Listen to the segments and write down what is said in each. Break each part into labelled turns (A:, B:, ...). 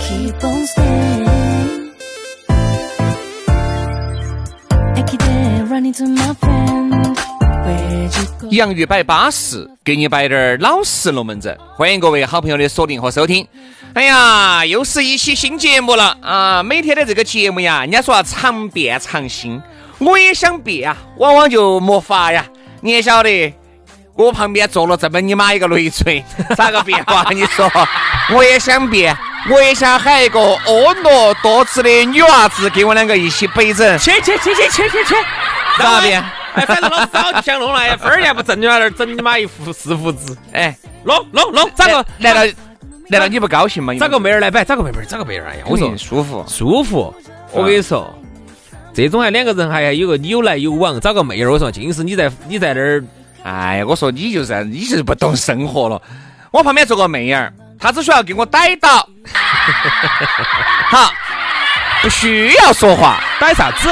A: keep on staying. Aki there, running to my friend. Where'd you go?
B: 洋芋摆巴适，给你摆点儿老实龙门阵。欢迎各位好朋友的锁定和收听。哎呀，又是一期新节目了啊！每天的这个节目呀，人家说要常变常新，我也想变啊，往往就没法呀。你也晓得，我旁边坐了这么你妈一个累赘， 咋个变化？你说，我也想变，我也想喊一个婀娜多姿的女娃子给我两个一起 摆整，
C: 去去去去去去去，
B: 咋变？
C: 哎，反正老子早就想弄了，哎，分儿也不挣，就在那儿整你妈一副四胡子，
B: 哎，
C: 弄弄弄，咋个
B: 难道难道你不高兴吗？
C: 咋个妹儿来摆，咋个妹儿，咋个妹儿，哎呀，我
B: 我
C: 说
B: 说舒服。
C: 舒服，我跟你说，这种还啊两个人还还有个有来有往，找个妹儿，我说尽是你在你在那儿，
B: 哎呀，我说你就是你就是不懂生活了。我旁边坐个妹儿，她只需要给我逮到， 好，不需要说话，
C: 摆啥子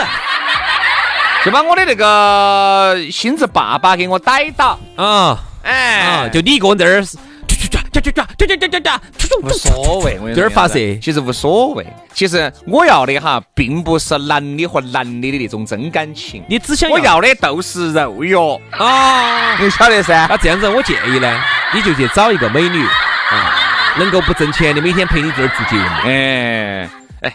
B: 就把我的那个星子爸爸给我逮到，
C: 啊
B: 哎，
C: 啊，就你一个人在那儿，抓抓抓抓抓抓抓抓抓抓，
B: 无所谓，我跟你说
C: 这儿发射
B: 其实无所谓。其实我要的哈，并不是男的和男的的那种真感情，
C: 你只想
B: 我要的都是肉哟，
C: 啊。
B: 你晓得噻？
C: 那这样子，我建议呢，你就去找一个美女啊，能够不挣钱的，每天陪你这儿做节目。
B: 哎哎，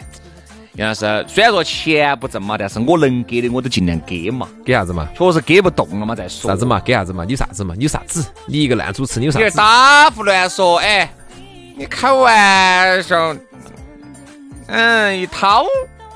B: 杨老师，虽然说钱不挣嘛，但是我能给的我都尽量给嘛，
C: 给啥子嘛？
B: 确实给不动了嘛再说。
C: 啥子？嘛？给啥子嘛？你啥子嘛？你啥子？你一个烂主持，你有啥
B: 你这
C: 子？
B: 打胡乱说，哎，你开玩笑，嗯，一掏，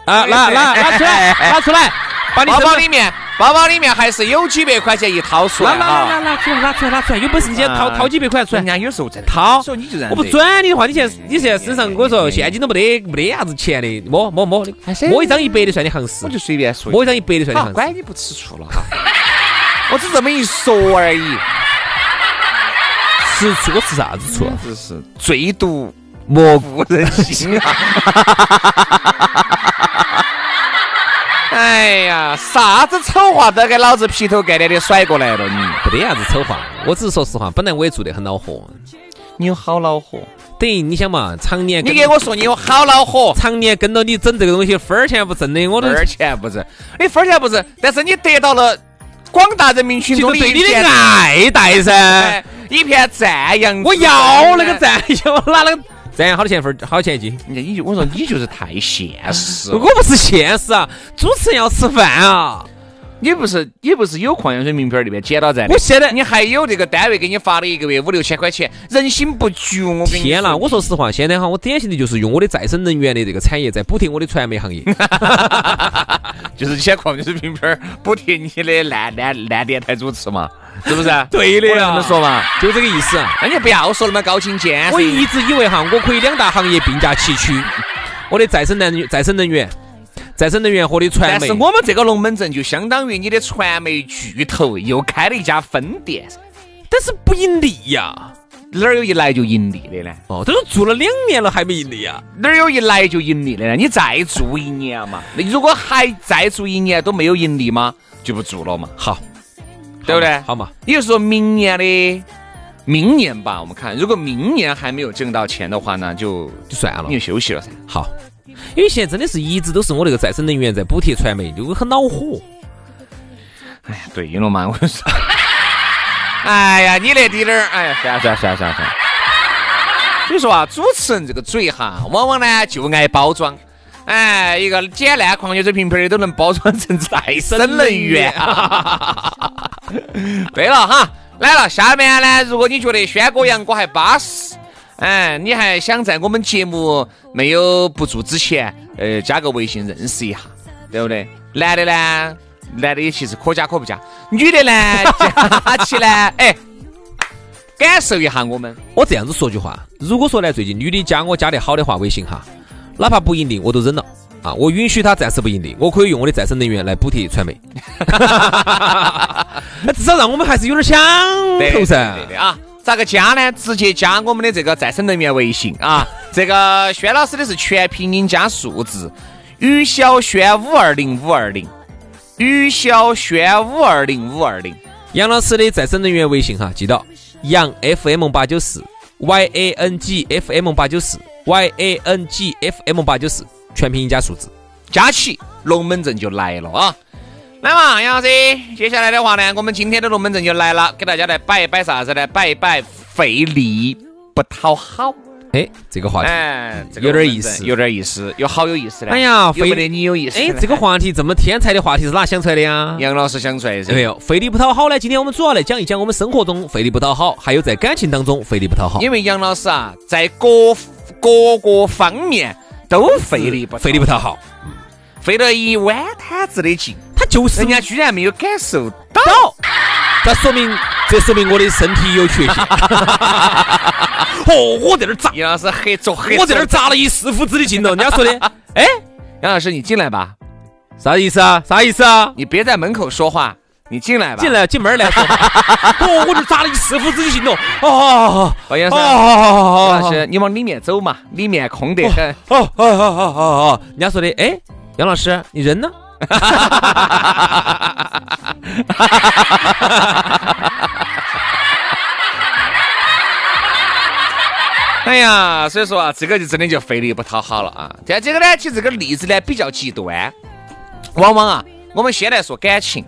C: 啊，拿拿拿出来， 拿出来，把你
B: 包
C: 身
B: 包
C: 份
B: 里面，包包里面还是有几百块钱一掏出
C: 拿
B: 来
C: 拿拿
B: 啊。
C: 拿出来，拿出来，拿出来，有本事你先掏
B: 啊
C: 掏几百块出来
B: 人。家有时候真的
C: 掏
B: 所以你就这样
C: 我不
B: 子
C: 转你的话，你现在你现在身上，我跟你说现金都没得，没得啥子钱的，摸摸摸，摸一张一百的算你行
B: 我
C: 市
B: 就，随便说一
C: 摸一张一百的算你
B: 好，
C: 行市。
B: 管你不吃醋了哈， 我只这么一说而已，
C: 吃醋，我吃啥子醋？
B: 这是最毒
C: 蘑菇。
B: 无人性啊！哎呀，啥子丑话都给老子劈头盖脸的甩过来了，你
C: 不得啥子丑话，我只是说实话，本来我也做得很恼火，
B: 你有好恼火！
C: 等于你想嘛，常年
B: 你
C: 跟
B: 给我说你有好恼火，
C: 常年跟到你整这个东西，分儿钱不挣的，我都
B: 分儿钱不挣，你分儿钱不挣，但是你得到了广大人民群
C: 其实
B: 众
C: 对
B: 一
C: 你的
B: 片
C: 爱戴噻。
B: 哎一片赞扬。 哎
C: 我要那个， 赞，要拿那个赞，好多钱分儿，好多钱一斤。
B: 你你就我说你就是太现实
C: 我
B: 了。
C: 不是现实啊，主持人要吃饭啊。
B: 你不是你不是有矿泉水名片儿那边捡到在的？
C: 我现在
B: 你还有这个单位给你发了一个月五六千块钱，人心不足。我跟你
C: 天
B: 说
C: 呐，我说实话，现在哈，我典型的就是用我的再生能源的这个产业在补贴我的传媒 行业。
B: 就是你先矿泉水瓶瓶儿补贴你的烂烂烂电台主持嘛，是不是？
C: 对
B: 我能这么说嘛？
C: 就这个意思啊。
B: 那你不要说那么高精尖
C: 我一直以为哈，我可以两大行业并驾齐驱，我的再生能源、再生能源、再生能源和我的传
B: 但
C: 媒
B: 是。我们这个龙门阵就相当于你的传媒巨头又开了一家分店，
C: 但是不盈利呀。
B: 哪儿有一来就盈利的呢？
C: 哦，这都做了两年了还没盈利呀。
B: 哪儿有一来就盈利的呢？你再做一年嘛，那如果还再做一年都没有盈利吗？就不做了嘛，
C: 好，
B: 对不对？
C: 好嘛，
B: 也就是说明年的明年吧，我们看，如果明年还没有挣到钱的话呢，就
C: 就算了
B: 你。就休息了噻。
C: 好，因为现在真的是一直都是我那个再生能源在补贴传媒，就很恼火。
B: 哎呀，对了嘛，我跟你说， 哎呀，你那滴点儿，哎呀，算了算了算了算了算了。所以说啊，主持人这个嘴哈，往往呢就爱包装。哎，一个捡烂矿泉水瓶瓶儿的都能包装成再生能源。 对了哈，来了，下面呢，如果你觉得轩哥、杨哥还巴适，哎，你还想在我们节目没有不做之前，呃，加个微信认识一下，对不对？男的呢，男的也其实可加可不加；女的呢，加起来，哎，感受一下我们。
C: 我这样子说句话，如果说呢，最近女的加我加得好的话，微信哈，哪怕不盈利，我都忍了啊，我允许她暂时不盈利，我可以用我的再生能源来补贴传媒， 那至少让我们还是有点想
B: 对
C: 头
B: 对
C: 噻
B: 对。对啊。咋个加呢？直接加我们的这个再生能源微信啊！这个轩老师的是全拼音加数字，于小轩五二零五二零，于小轩五二零五二零。
C: 杨老师的再生能源微信哈，记到杨 FM 八九四 Y A N G F M 八九四 Y A N G F M 八九四，全拼音加数字。
B: 佳琪，龙门阵就来了啊！来嘛，杨老师，接下来的话呢，我们今天的龙门阵就来了，给大家来摆一摆啥子呢？摆一摆费力不讨好。
C: 哎，这个话题，
B: 哎，这个
C: 有点
B: 龙门
C: 意
B: 阵
C: 思
B: 有点意思，有好有意思的。
C: 哎呀
B: 有没
C: 费
B: 得你有意思的
C: 哎
B: 呢？，
C: 这个话题这么天才的话题是哪想出来的呀？
B: 杨老师想出来的噻
C: 有没有，费力不讨好呢？今天我们主要来讲一讲我们生活中费力不讨好，还有在感情当中费力不讨好，
B: 因为杨老师啊，在各各个方面都费力不
C: 费力不讨好，
B: 费了一碗摊子的劲，
C: 他就是
B: 人家居然没有感受到。
C: 倒，这说明这说明我的身体有缺陷。哦，我在这儿扎，
B: 杨老师黑着黑，
C: 我在这儿。扎了一四父子的劲头，人家说的，哎，
B: 杨老师，你进来吧，
C: 啥意思啊？啥意思啊？
B: 你别在门口说话，你进来吧。
C: 进，来进门来说，哦，我这儿扎了一四父子的劲头，哦
B: 王
C: 哦哦
B: 先生，杨老
C: 哦
B: 师，你往里面走嘛，里面空得很。
C: 哦哦哦哦哦，人家说的，哎，杨老师，你人呢？
B: 哎呀，所以说啊，这个就真的就费力不讨好了啊。但这个呢，其实这个例子呢比较极端，往往啊，我们先来说感情。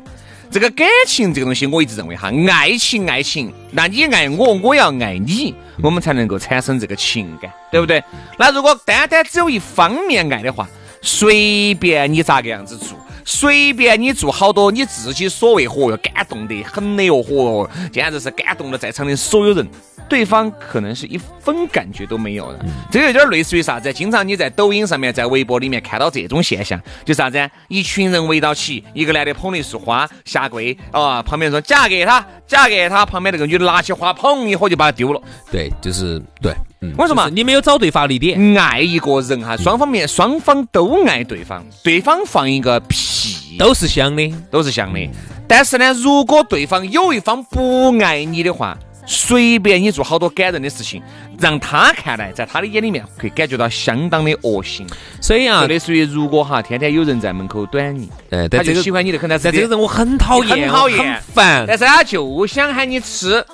B: 这个感情这个东西，我一直认为哈，爱情爱情，那你爱我，我要爱你，我们才能够产生这个情感，对不对？那如果单单只有一方面爱的话，随便你咋个样子做，随便你做好多你自己所谓，嚯哟，感动得很的哟，嚯哟，简直是感动了在场的所有人。对方可能是一分感觉都没有的，这个有点类似于啥子？经常你在抖音上面、在微博里面看到这种现象，就啥子？啊一群人围到起，一个男的捧了一束花下跪啊，旁边人说嫁给他，嫁给他，旁边那个女的拿起花砰一火就把他丢了。
C: 对，就是对，嗯，
B: 为什么
C: 就是你没有找对发力点？
B: 嗯爱一个人哈，双方面双方都爱对方，对方放一个屁
C: 都是香的，
B: 都是香
C: 嗯
B: 的。但是呢，如果对方有一方不爱你的话，随便你做好多感人的事情，让他看来，在他的眼里面会感觉到相当的恶心，
C: 所以啊
B: 就，类似于如果哈天天有人在门口短你，
C: 哎，
B: 他
C: 但这
B: 就
C: 个
B: 喜欢你的很难
C: 但这个人我很讨厌，
B: 很讨厌
C: 很烦。
B: 但是他就想喊你吃，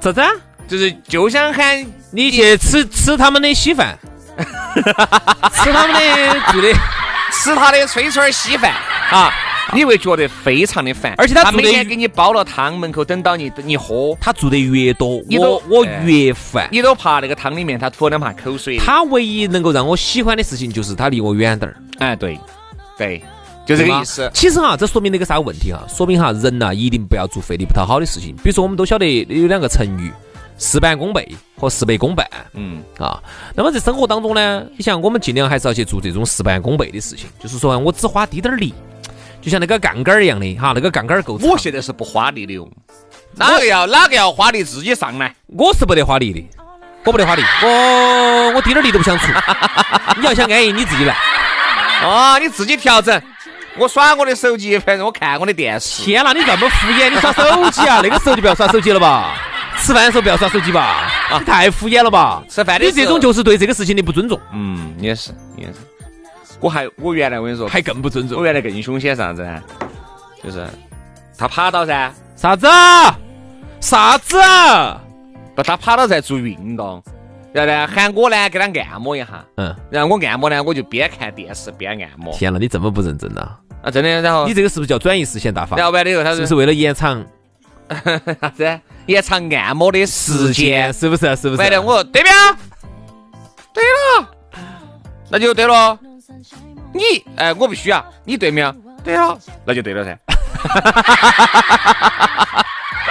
C: 啥子？
B: 就是就想喊
C: 你去吃吃他们的稀饭， 吃他们的 做的，
B: 吃他的炊炊稀饭啊，你会觉得非常的烦，
C: 而且他
B: 他
C: 做
B: 每
C: 的
B: 天给你煲了汤，门口等到你你喝，
C: 他做的越多，
B: 你都
C: 我我
B: 哎
C: 越烦。
B: 你都怕那个汤里面他吐了嘛口水的。
C: 他唯一能够让我喜欢的事情就是他离我远点儿，
B: 哎，对，对，就这
C: 对
B: 个
C: 吧
B: 意思。
C: 其实哈，这说明了一个啥问题哈？说明哈，人呐、一定不要做费力不讨好的事情。比如说，我们都晓得有两个成语“事半功倍”和“事倍功半”。
B: 嗯，
C: 啊，那么在生活当中呢，你像我们尽量还是要去做这种事半功倍的事情，就是说我只花滴点儿力，就像那个杠杆儿一样的哈，那个杠杆儿够长，
B: 我现在是不花力的哟。哪个要哪个要花力，自己上来。
C: 我是不得花力的，我不得花力，我我滴点儿力都不想出， 你要想安逸你自己来。
B: 哦，你自己调整。我耍我的手机，反正我看我的电视。
C: 天啦，你这么敷衍，你耍手机 啊？那个时候就不要耍手机了吧，吃饭的时候不要耍手机吧，你太敷衍了吧。
B: 啊吃饭的
C: 你这
B: 时候
C: 种就是对这个事情的不尊重，
B: 嗯，也是也是。我还我原来我跟你说，
C: 还更不尊
B: 我
C: 重。
B: 原来更凶些啥子呢？就是他爬到噻，
C: 啥子？啊啥子？啊
B: 不他爬到在做运动，然后呢喊我呢给他按摩一下，
C: 嗯，
B: 然后我按摩呢我就边看电视边按摩
C: 天了，你这么不认真呐、
B: 啊，真的。然后
C: 你这个是不是叫转移视线大法？
B: 然后完了以后他啊
C: 是
B: 说
C: 不是为了延长
B: 啥子？延长按摩的时间。
C: 是不是？是不
B: 啊
C: 啊是？
B: 完了，我说对不对啊？对了，那就对了。你哎，我不需要，你对没有？对啊，那就对了噻。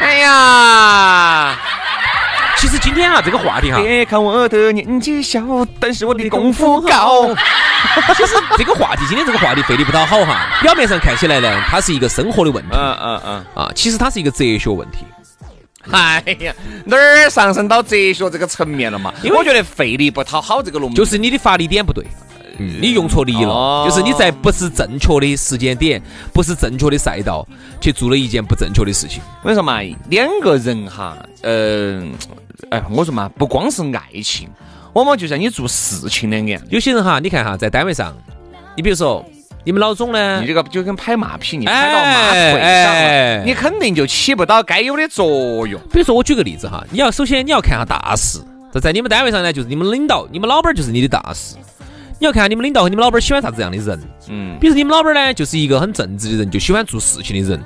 B: 哎呀，
C: 其实今天啊，这个话题哈，
B: 别看我的年纪小，但是我的功夫高。
C: 其实这个话题，今天这个话题费力不讨好哈。表面上看起来呢，它是一个生活的问题
B: 嗯嗯嗯，
C: 啊，其实它是一个哲学问题。
B: 哎呀，哪儿上升到哲学这个层面了嘛？因为我觉得费力不讨好这个龙门阵
C: 就是你的发力点不对，嗯，你用错力了，
B: 嗯哦
C: 就是你在不是正确的时间点，不是正确的赛道去做了一件不正确的事情。
B: 我跟你说嘛，两个人哈，嗯、哎，我说嘛，不光是爱情，我们就像你做事情两样，
C: 有些人哈，你看哈，在单位上，你比如说你们老总呢
B: 你，这个就跟拍马屁，你拍到马腿上
C: 哎
B: 了，
C: 哎哎
B: 你肯定就起不到该有的作用。
C: 比如说我举个例子哈，你要首先你要看下大事，这在你们单位上呢，就是你们领导，你们老板就是你的大事。你要看下你们领导和你们老板喜欢啥子样的人，
B: 嗯，
C: 比如说你们老板呢，就是一个很正直的人，就喜欢做事情的人。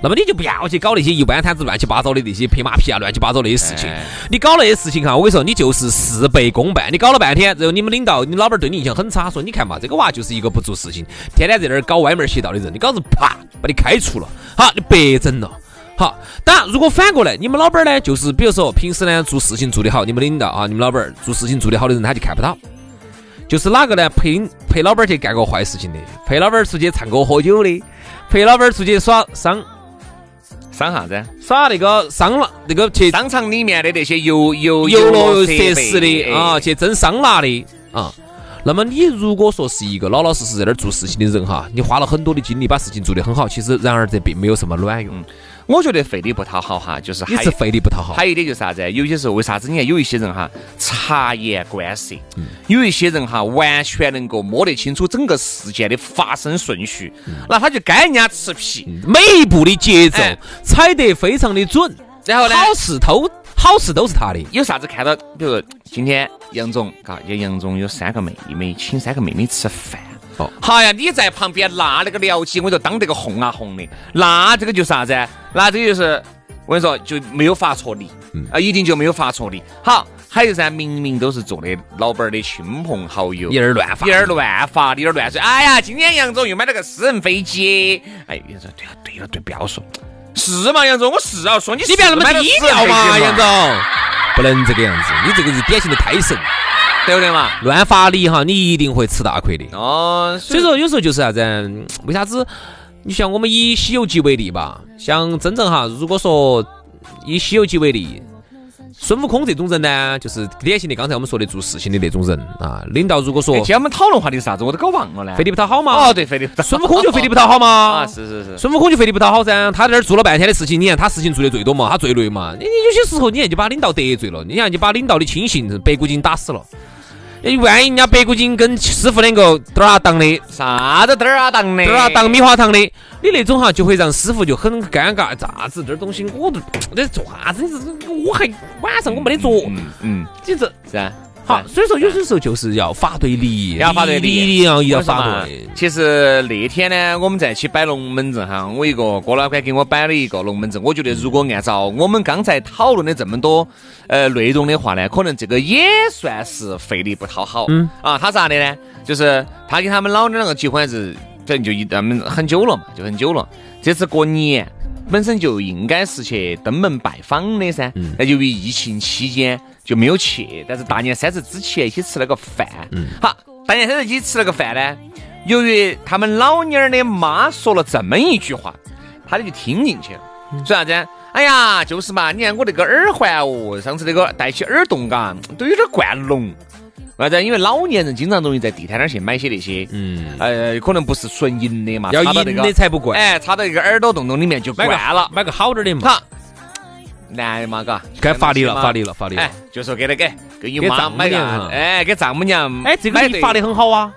C: 那么你就不要去搞那些一般摊子乱七八糟的那些拍马屁啊、乱七八糟那些事情
B: 哎。
C: 你搞那些事情哈，我跟你说，你就是事倍功半。你搞了半天，然后你们领导、你老板对你印象很差，说你看嘛，这个娃就是一个不做事情，天天在那儿搞歪门邪道的人，你搞是啪把你开除了，好，你白整了。好，当然，如果反过来，你们老板呢，就是比如说平时呢做事情做得好，你们领导啊，你们老板做事情做得好的人，他就看不到。就是哪个呢？陪陪老板去干过坏事情的，陪老板出去唱歌喝酒的，陪老板出去耍商
B: 商啥子？
C: 耍那个商了那个去
B: 商场里面的那些游游
C: 游乐
B: 设
C: 设施的啊，，去争桑拿的啊。那么你如果说是一个老老实实在那儿做事情的人哈，你花了很多的精力把事情做得很好，其实然而这并没有什么卵用，
B: 哎我觉得费力不讨好哈，就是
C: 你
B: 还
C: 是费力不讨好。
B: 还有一点就是啥子呢？有些时候为啥子你看有一些人哈察言观色，有一些人哈完全能够摸得清楚整个事件的发生顺序，那他就该人家吃皮。
C: 每一步的节奏
B: 哎
C: 踩得非常的准，
B: 然后呢，
C: 好事都好事都是他的。
B: 有啥子看到，比如今天杨总，嘎，杨杨总有三个妹妹，请三个妹妹吃饭。
C: 哦
B: 好呀，你在旁边那那个聊起，我就当这个红啊红的，那这个就是啥子？那这个就是我跟你说，就没有发错力，啊，一定就没有发错力。好，还有噻，明明都是做的老板儿的亲朋好友，
C: 一儿乱发
B: 一儿乱发，一儿乱说。哎呀，今天杨总又买了个私人飞机，哎，杨总对了对了对，不要说，是嘛，杨总，我是要说你，
C: 你不要那么低调嘛，杨总，，不能这个样子，你这个是典型的胎神，
B: 对不对嘛？
C: 乱发力哈，你一定会吃大亏的。
B: 哦，
C: 所以说，有时候就是啥子，嗯为啥子？你像我们以《西游记》为例吧，像真正哈，如果说以《西游记》为例，孙悟空这种人呢，就是典型的刚才我们说的做事情的那种人啊。领导如果说
B: 哎今天我们讨论话题是啥子，我都搞忘了呢。
C: 费力不讨好嘛，
B: 哦，对，费力不讨好
C: 孙悟空就费力不讨好嘛
B: 啊，。是是是，
C: 孙悟空就费力不讨好噻，他在那儿做了半天的事情，你看他事情做的最多嘛，他最累嘛。你你有些时候，你看就把领导得罪了，你看就把领导的亲信白骨精打死了。哎万一人家白骨精跟师傅两个嘚儿啊当的，
B: 啥子嘚儿啊当的，
C: 这儿啊当米花糖的，你那种哈就会让师傅就很尴尬，咋子这儿东西我都这做啥子？你这我还晚上我没得做，
B: 嗯嗯，
C: 你这
B: 是啊，
C: 好，
B: 是啊
C: 所以说有些时候就是要发对力，
B: 要发对力
C: 力量要发
B: 嘛
C: 对。。
B: 啊其实那天呢，我们在一起摆龙门阵哈，我一个郭老倌给我摆了一个龙门阵。我觉得如果按照我们刚才讨论的这么多呃内容的话呢，可能这个也算是费力不讨好。嗯啊，他咋的呢？就是他跟他们老娘两个结婚是，反正就一他们很久了嘛，就很久了。这次过年本身就应该是去登门拜访的噻，
C: 嗯
B: 那由于疫情期间就没有去，但是大年三十之前一起吃了个饭。
C: 嗯
B: 好，大年三十一起吃了个饭呢，由于他们老娘儿的妈说了这么一句话，他就听进去了，
C: 嗯
B: 说啥子？哎呀，就是嘛，你看我那个耳环哦，上次那个戴起耳洞嘎，都有点灌聋。为啥子？因为老年人经常容易在地摊那儿去买些那些，嗯，呃，可能不是纯银的嘛，
C: 要
B: 啊插到
C: 银
B: 那个
C: 的才不怪
B: 哎，插到一个耳朵洞洞里面就灌了。
C: 买个好点的嘛，
B: 好，男的嘛，嘎，
C: 该发力了，
B: 嘛
C: 发力了，发力了
B: 哎。，就说给他给给你
C: 给
B: 妈
C: 丈母
B: 买个
C: 娘啊，
B: 哎，给丈母娘买
C: 哎，这
B: 对，
C: 个你发的很好啊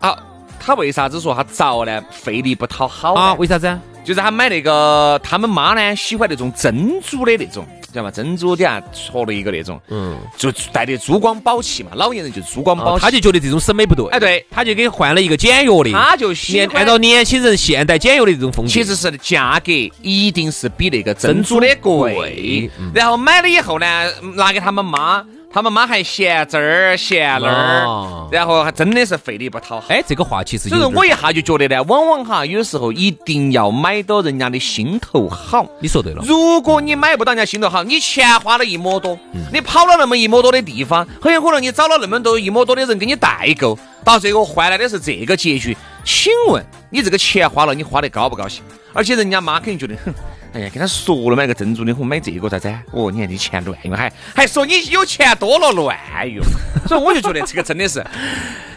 B: 啊。他为啥子说他遭呢？费力不讨好
C: 啊？
B: 啊！
C: 为啥子啊？
B: 就是他买那个，他们妈呢喜欢那种珍珠的那种，知道吗？珍珠底下戳了一个那种，
C: 嗯，
B: 就带的珠光宝气嘛。老年人就珠光宝
C: 啊
B: 气，
C: 他就觉得这种审美不对，
B: 哦哎对
C: 他就给换了一个简约的，
B: 他就喜
C: 年
B: 欢
C: 按照年轻人现代简约的这种风格。
B: 其实是价格一定是比那个珍珠的
C: 珍珠
B: 贵
C: 贵嗯，
B: 嗯然后买了以后呢，拿给他们妈。他们妈还嫌这儿嫌那
C: 哦
B: 儿，然后还真的是费力不讨好。
C: 哎，这个话其实
B: 所以
C: 有
B: 说
C: 点
B: 我一下就觉得呢，往往哈，有时候一定要买到人家的心头好。
C: 你说对了。
B: 如果你买不到人家心头好，你钱花了一么多，
C: 嗯
B: 你跑了那么一么多的地方，很有可能你找了那么多一么多的人给你代购，到最后换来的是这个结局。请问你这个钱花了，你花得高不高兴？而且人家妈肯定觉得，哼，哎呀，跟他说了买个珍珠的，哼，买这个咋子？哦，你看你钱乱用，还还说你有钱多了乱 用，所以我就觉得这个真的是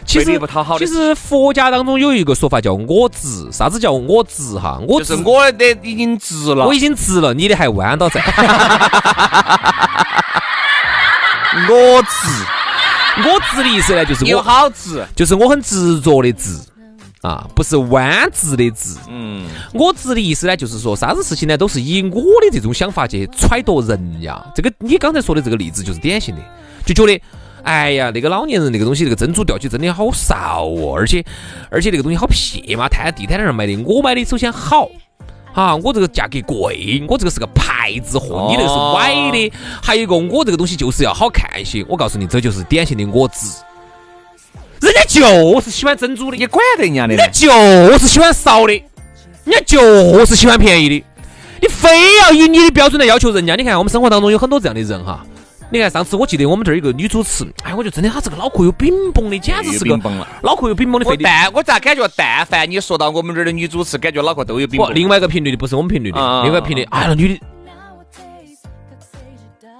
C: 其
B: 费力
C: 实
B: 不讨好的
C: 其
B: 事。
C: 实佛家当中有一个说法叫“我执”，啥子叫“我执”哈？我
B: 就是
C: 执，
B: 我的已经值了，
C: 我已经执了，你的还弯到 在。
B: 我值，
C: 我执的意思呢，就是
B: 有
C: 我
B: 好值，
C: 就是我很执着的执啊，不是弯执的执。
B: 嗯，
C: 我执的意思呢，就是说啥子事情呢，都是以我的这种想法去揣度人呀。这个你刚才说的这个例子就是典型的，就觉得。哎呀，那个老年人那个东西，那个珍珠吊起真的好少哦，而且而且那个东西好撇嘛，摊地摊上卖的，我买的首先好，啊，我这个价格贵，我这个是个牌子货，你那个是歪的，还有一个我这个东西就是要好看一些。我告诉你，这就是典型的我执，人家就是喜欢珍珠的，
B: 你管得人家的呢
C: 人家？就是喜欢少的，人家就是喜欢便宜的，你非要以你的标准来要求人家。你看我们生活当中有很多这样的人哈。你看上次我记得我们这儿有个女主持，哎，我觉得真的她这个脑壳有饼崩的，简直是个
B: 有饼崩了
C: 脑壳有饼崩的
B: 嗯我
C: 费力。
B: 但我咋感觉，但凡你说到我们这儿的女主持，感觉脑壳都有病
C: 不，
B: 崩。
C: 另外一个频率的不是我们频率的，
B: 啊
C: 另外一个频率，哎，那女的，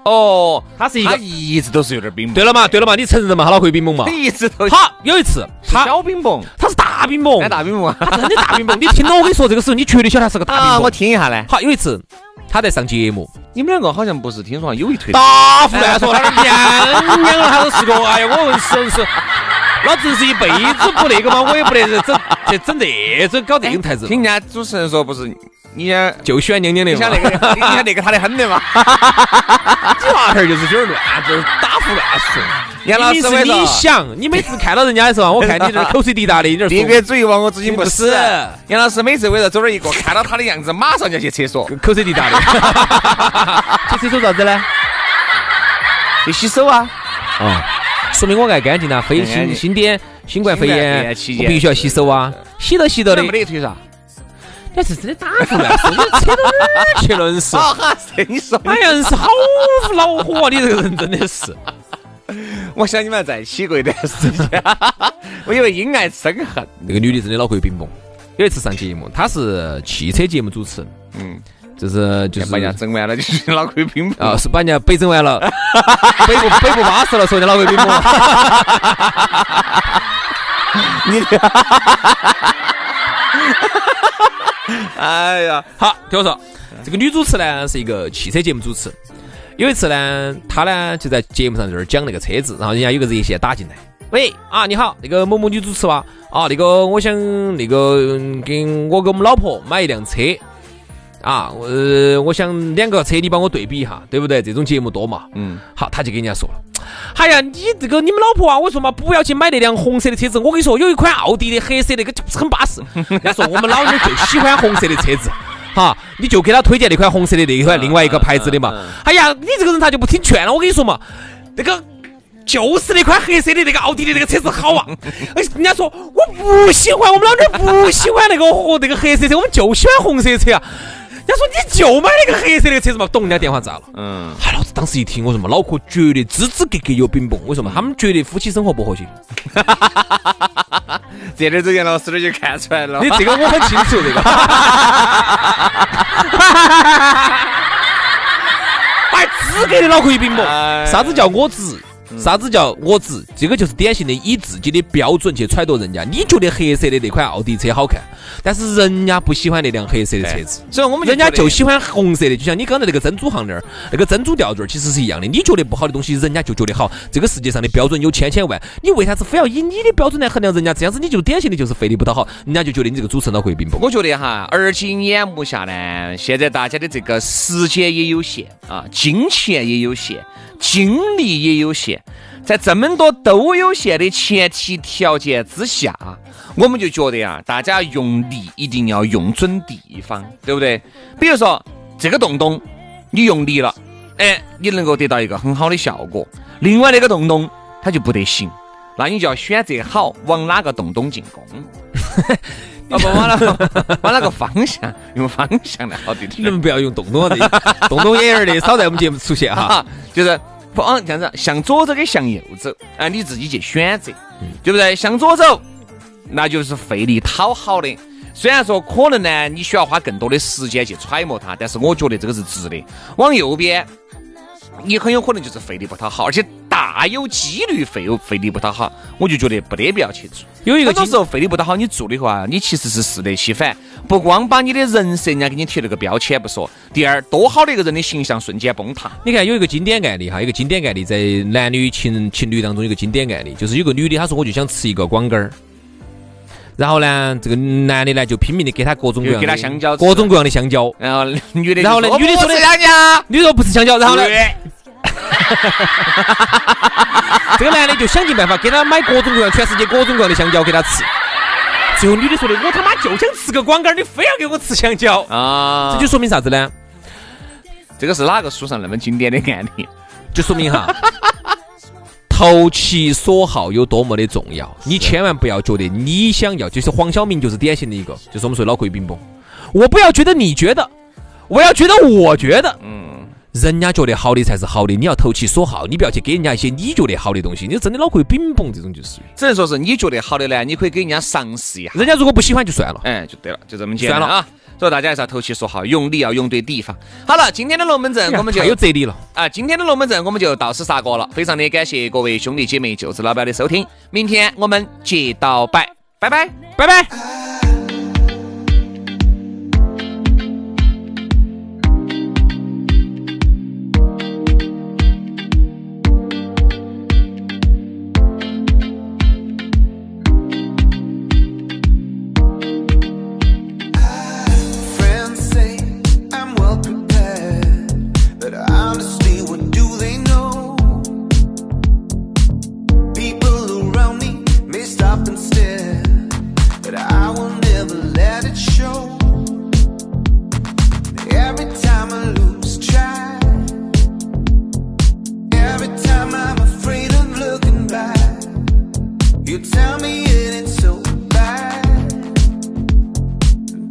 B: 哦，
C: 她是一
B: 她
C: 个，
B: 一直都是有点冰崩，
C: 对了嘛，对了嘛，你承认嘛，她脑壳有饼 崩嘛
B: 她。一直都是
C: 好，有一次她
B: 小冰崩，
C: 她是大饼崩
B: 哎，，大冰崩啊
C: 她真的大饼崩。你听到我跟你说这个时候，你绝对晓得她是个大
B: 啊！
C: 饼
B: 我
C: 崩。
B: 听一下嘞，
C: 好，有一次她在上节目，
B: 你们两个好像不是听说有一腿
C: 大胡乱说，他娘 娘他都是 个，哎呀，我问是是，老子是一辈子不那个嘛，我也不得整去整这种搞这种台子，
B: 听人家主持人说不是你想
C: 就喜欢娘娘的
B: 你
C: 嘛
B: 想，那个你想那个他的很 的嘛？
C: 娃儿就是就是乱，就是打胡乱说。
B: 杨老师
C: 明
B: 我
C: 明是你
B: 说
C: 想，你每次看到人家的 时候，我看你这儿口水滴答的，你这儿
B: 别
C: 说
B: 个嘴往我之心不
C: 不
B: 死
C: 死。
B: 杨老师每次围着走那儿一过，看到他的样子，马上就要去厕所
C: 口水滴 答的。去厕所啥子呢？
B: 去洗手啊。
C: 啊，说明我爱干净呐。非
B: 爱干
C: 新
B: 净
C: 新冠哎新冠肺
B: 新冠肺
C: 炎
B: 炎期，
C: 我
B: 间
C: 必须要洗手啊，洗到洗到的
B: 那。没得腿啥？
C: 但是真的打胡 乱说，你扯到哪儿去了？你是。
B: 好啊哈，是你说
C: 哎呀，是好恼火啊！你这个人真的是，
B: 我想你们在一起过一段时间， 我以为因爱生恨。
C: 那个女的真的脑壳有饼崩。有一次上节目，她是汽车节目主持，
B: 嗯，
C: 就是就
B: 把人家
C: 是
B: 整完了就是脑壳有冰
C: 啊，是把人家北整完了， 北不北不巴适了，说人家脑壳有饼崩。
B: 哎呀，
C: 好，听我说，这个女主持呢是一个汽车节目主持。有一次呢，她呢就在节目上在这儿讲那个车子，然后人家有个热线打进来，喂啊，你好，那个某某女主持哇，啊，那个我想那个嗯跟我给我们老婆买一辆车，啊，我呃我想两个车你帮我对比一下，对不对？这种节目多嘛，
B: 嗯，
C: 好，他就跟人家说了，哎呀，你这个你们老婆啊，我说嘛，不要去买那辆红色的车子。我跟你说，有一款奥迪的黑色那个就是很巴适。 人家说我们老娘就喜欢红色的车子。哈，你就给他推荐那款红色的那一款另外一个牌子的嘛。哎呀，你这个人他就不听劝了。我跟你说嘛，那个就是那款黑色的那个奥迪的那个车子好啊！哎人家说我不喜欢，我们老娘不喜欢那个和那个黑色车，我们就喜欢红色车啊。人家说你就买那个黑色的车子嘛，咚，人家电话炸了。
B: 嗯，
C: 哎，老子当时一听，我说嘛，脑壳绝对支支格格有饼崩。我说嘛，他们觉得夫妻生活不和谐，
B: 这点子杨老师就看出来了
C: 你。这个我很清楚，这个。 哎，资格的脑壳有饼崩。
B: 哎
C: 啥子叫我执？啥子叫我执？这个就是典型的以自己的标准去揣度人家。你觉得黑色的那款奥迪车好看，但是人家不喜欢那辆黑色的车子。
B: 所以我们
C: 人家
B: 觉得
C: 就喜欢红色的，就像你刚才那个珍珠项链儿，那个珍珠吊坠儿其实是一样的。你觉得不好的东西，人家就觉得好。这个世界上的标准有千千万，你为啥子非要以你的标准来衡量人家？这样子你就典型的就是费力不讨好，人家就觉得你这个主持人脑壳有病 崩。
B: 我觉得哈，而今眼目下呢，现在大家的这个时间也有限啊，金钱也有限，精力也有限，在这么多都有限的前提条件之下，啊我们就觉得啊，大家用力一定要用准地方，对不对？比如说这个洞洞，你用力了，哎，你能够得到一个很好的效果。另外那个洞洞它就不得行，那你就要选择好往哪个洞洞进攻。啊不，往哪个往哪个方向？用方向来好滴
C: 你
B: 点儿
C: 们不要用东东啊，这东东眼儿的少在我们节目出现哈。
B: 啊，就是往这样子，向左走跟向右走，啊，你自己去选择，对不对？向左走，那就是费力讨好的。虽然说可能呢，你需要花更多的时间去揣摩它，但是我觉得这个是值的。往右边，你很有可能就是费力不讨好，而且大有几率费费力不讨好，我就觉得没得必要去做。
C: 有一个
B: 很多
C: 经
B: 时候费力不讨好，你做的话，你其实是适得其反。不光把你的人设人家给你贴了个标签不说，第二，多好的一个人的形象瞬间崩塌。
C: 你看有一个经典案例哈，有一个经典案例在男女情情侣当中有一个经典案例，就是有个女的她说我就想吃一个广根儿，然后呢这个男的呢就拼命的给她各种各样的
B: 就给她香蕉吃
C: 各种各样的香蕉，
B: 然后女的就，哦
C: 然后呢
B: 我
C: 女的说
B: 不
C: 的
B: 是人家，
C: 女的说不吃香蕉，然后呢
B: 对
C: 这个男的就想尽办法给她买各种各样全世界各种各样的香蕉给她吃，最后女的说的我他妈就想吃个广根儿，你非要给我吃香蕉，
B: 啊，
C: 这就说明啥子呢？
B: 这个是哪个书上那么经典的案 例？
C: 就说明哈， 投其所好有多么的重要。你千万不要觉得你想要，就是黄晓明就是典型的一个，就是我们说的脑壳有冰崩。我不要觉得你觉得，我要觉得我觉得，嗯，人家觉得好的才是好的。你要投其所好，你不要去给人家一些你觉得好的东西，你真的脑壳有冰崩，这种就是属于。
B: 只能说是你觉得好的呢，你可以给人家尝试一下，
C: 人家如果不喜欢就算了。
B: 哎，就对了，就这么简单
C: 算了
B: 啊。所以大家还是要投其所好，用力要啊用对地方。好了，今天的龙门阵我们就
C: 哎太有哲理了。
B: 啊，今天的龙门阵我们就到此杀过了。非常的感谢各位兄弟姐妹、舅子老表的收听，明天我们接到摆，拜拜，拜拜。
D: Friends say I'm well prepared, but honestly, what do they know? People around me may stop and stare, but I will never let it show. Every time I lose track, every time I'm afraid of looking back, you tell me it ain't so bad.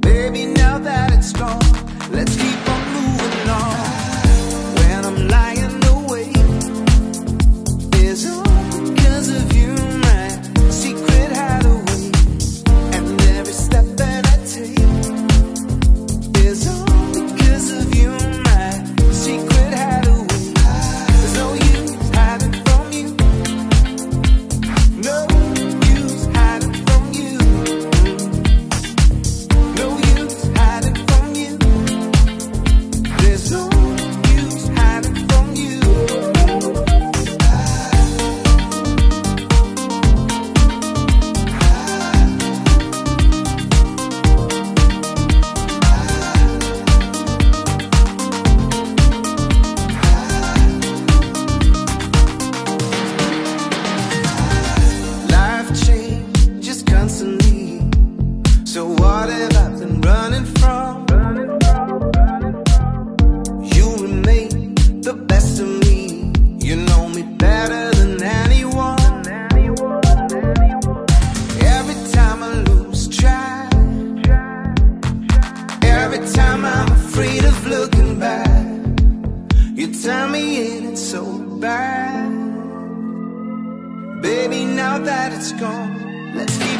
D: Baby, now that it's gone, let's keep on moving on. When I'm lying awake, is all because of you, my secret hideaway. And every step that I take is all because of you, my secret hideaway. There's no use hiding from you. No use hiding from you. No use hiding from you. There's no use hiding from you. Life changes constantly. So what have I been running from? You remain the best of me. You know me better than anyone. Every time I lose track, every time I'm afraid of looking back, you tell me it ain't so bad. Baby, now that it's gone, let's keep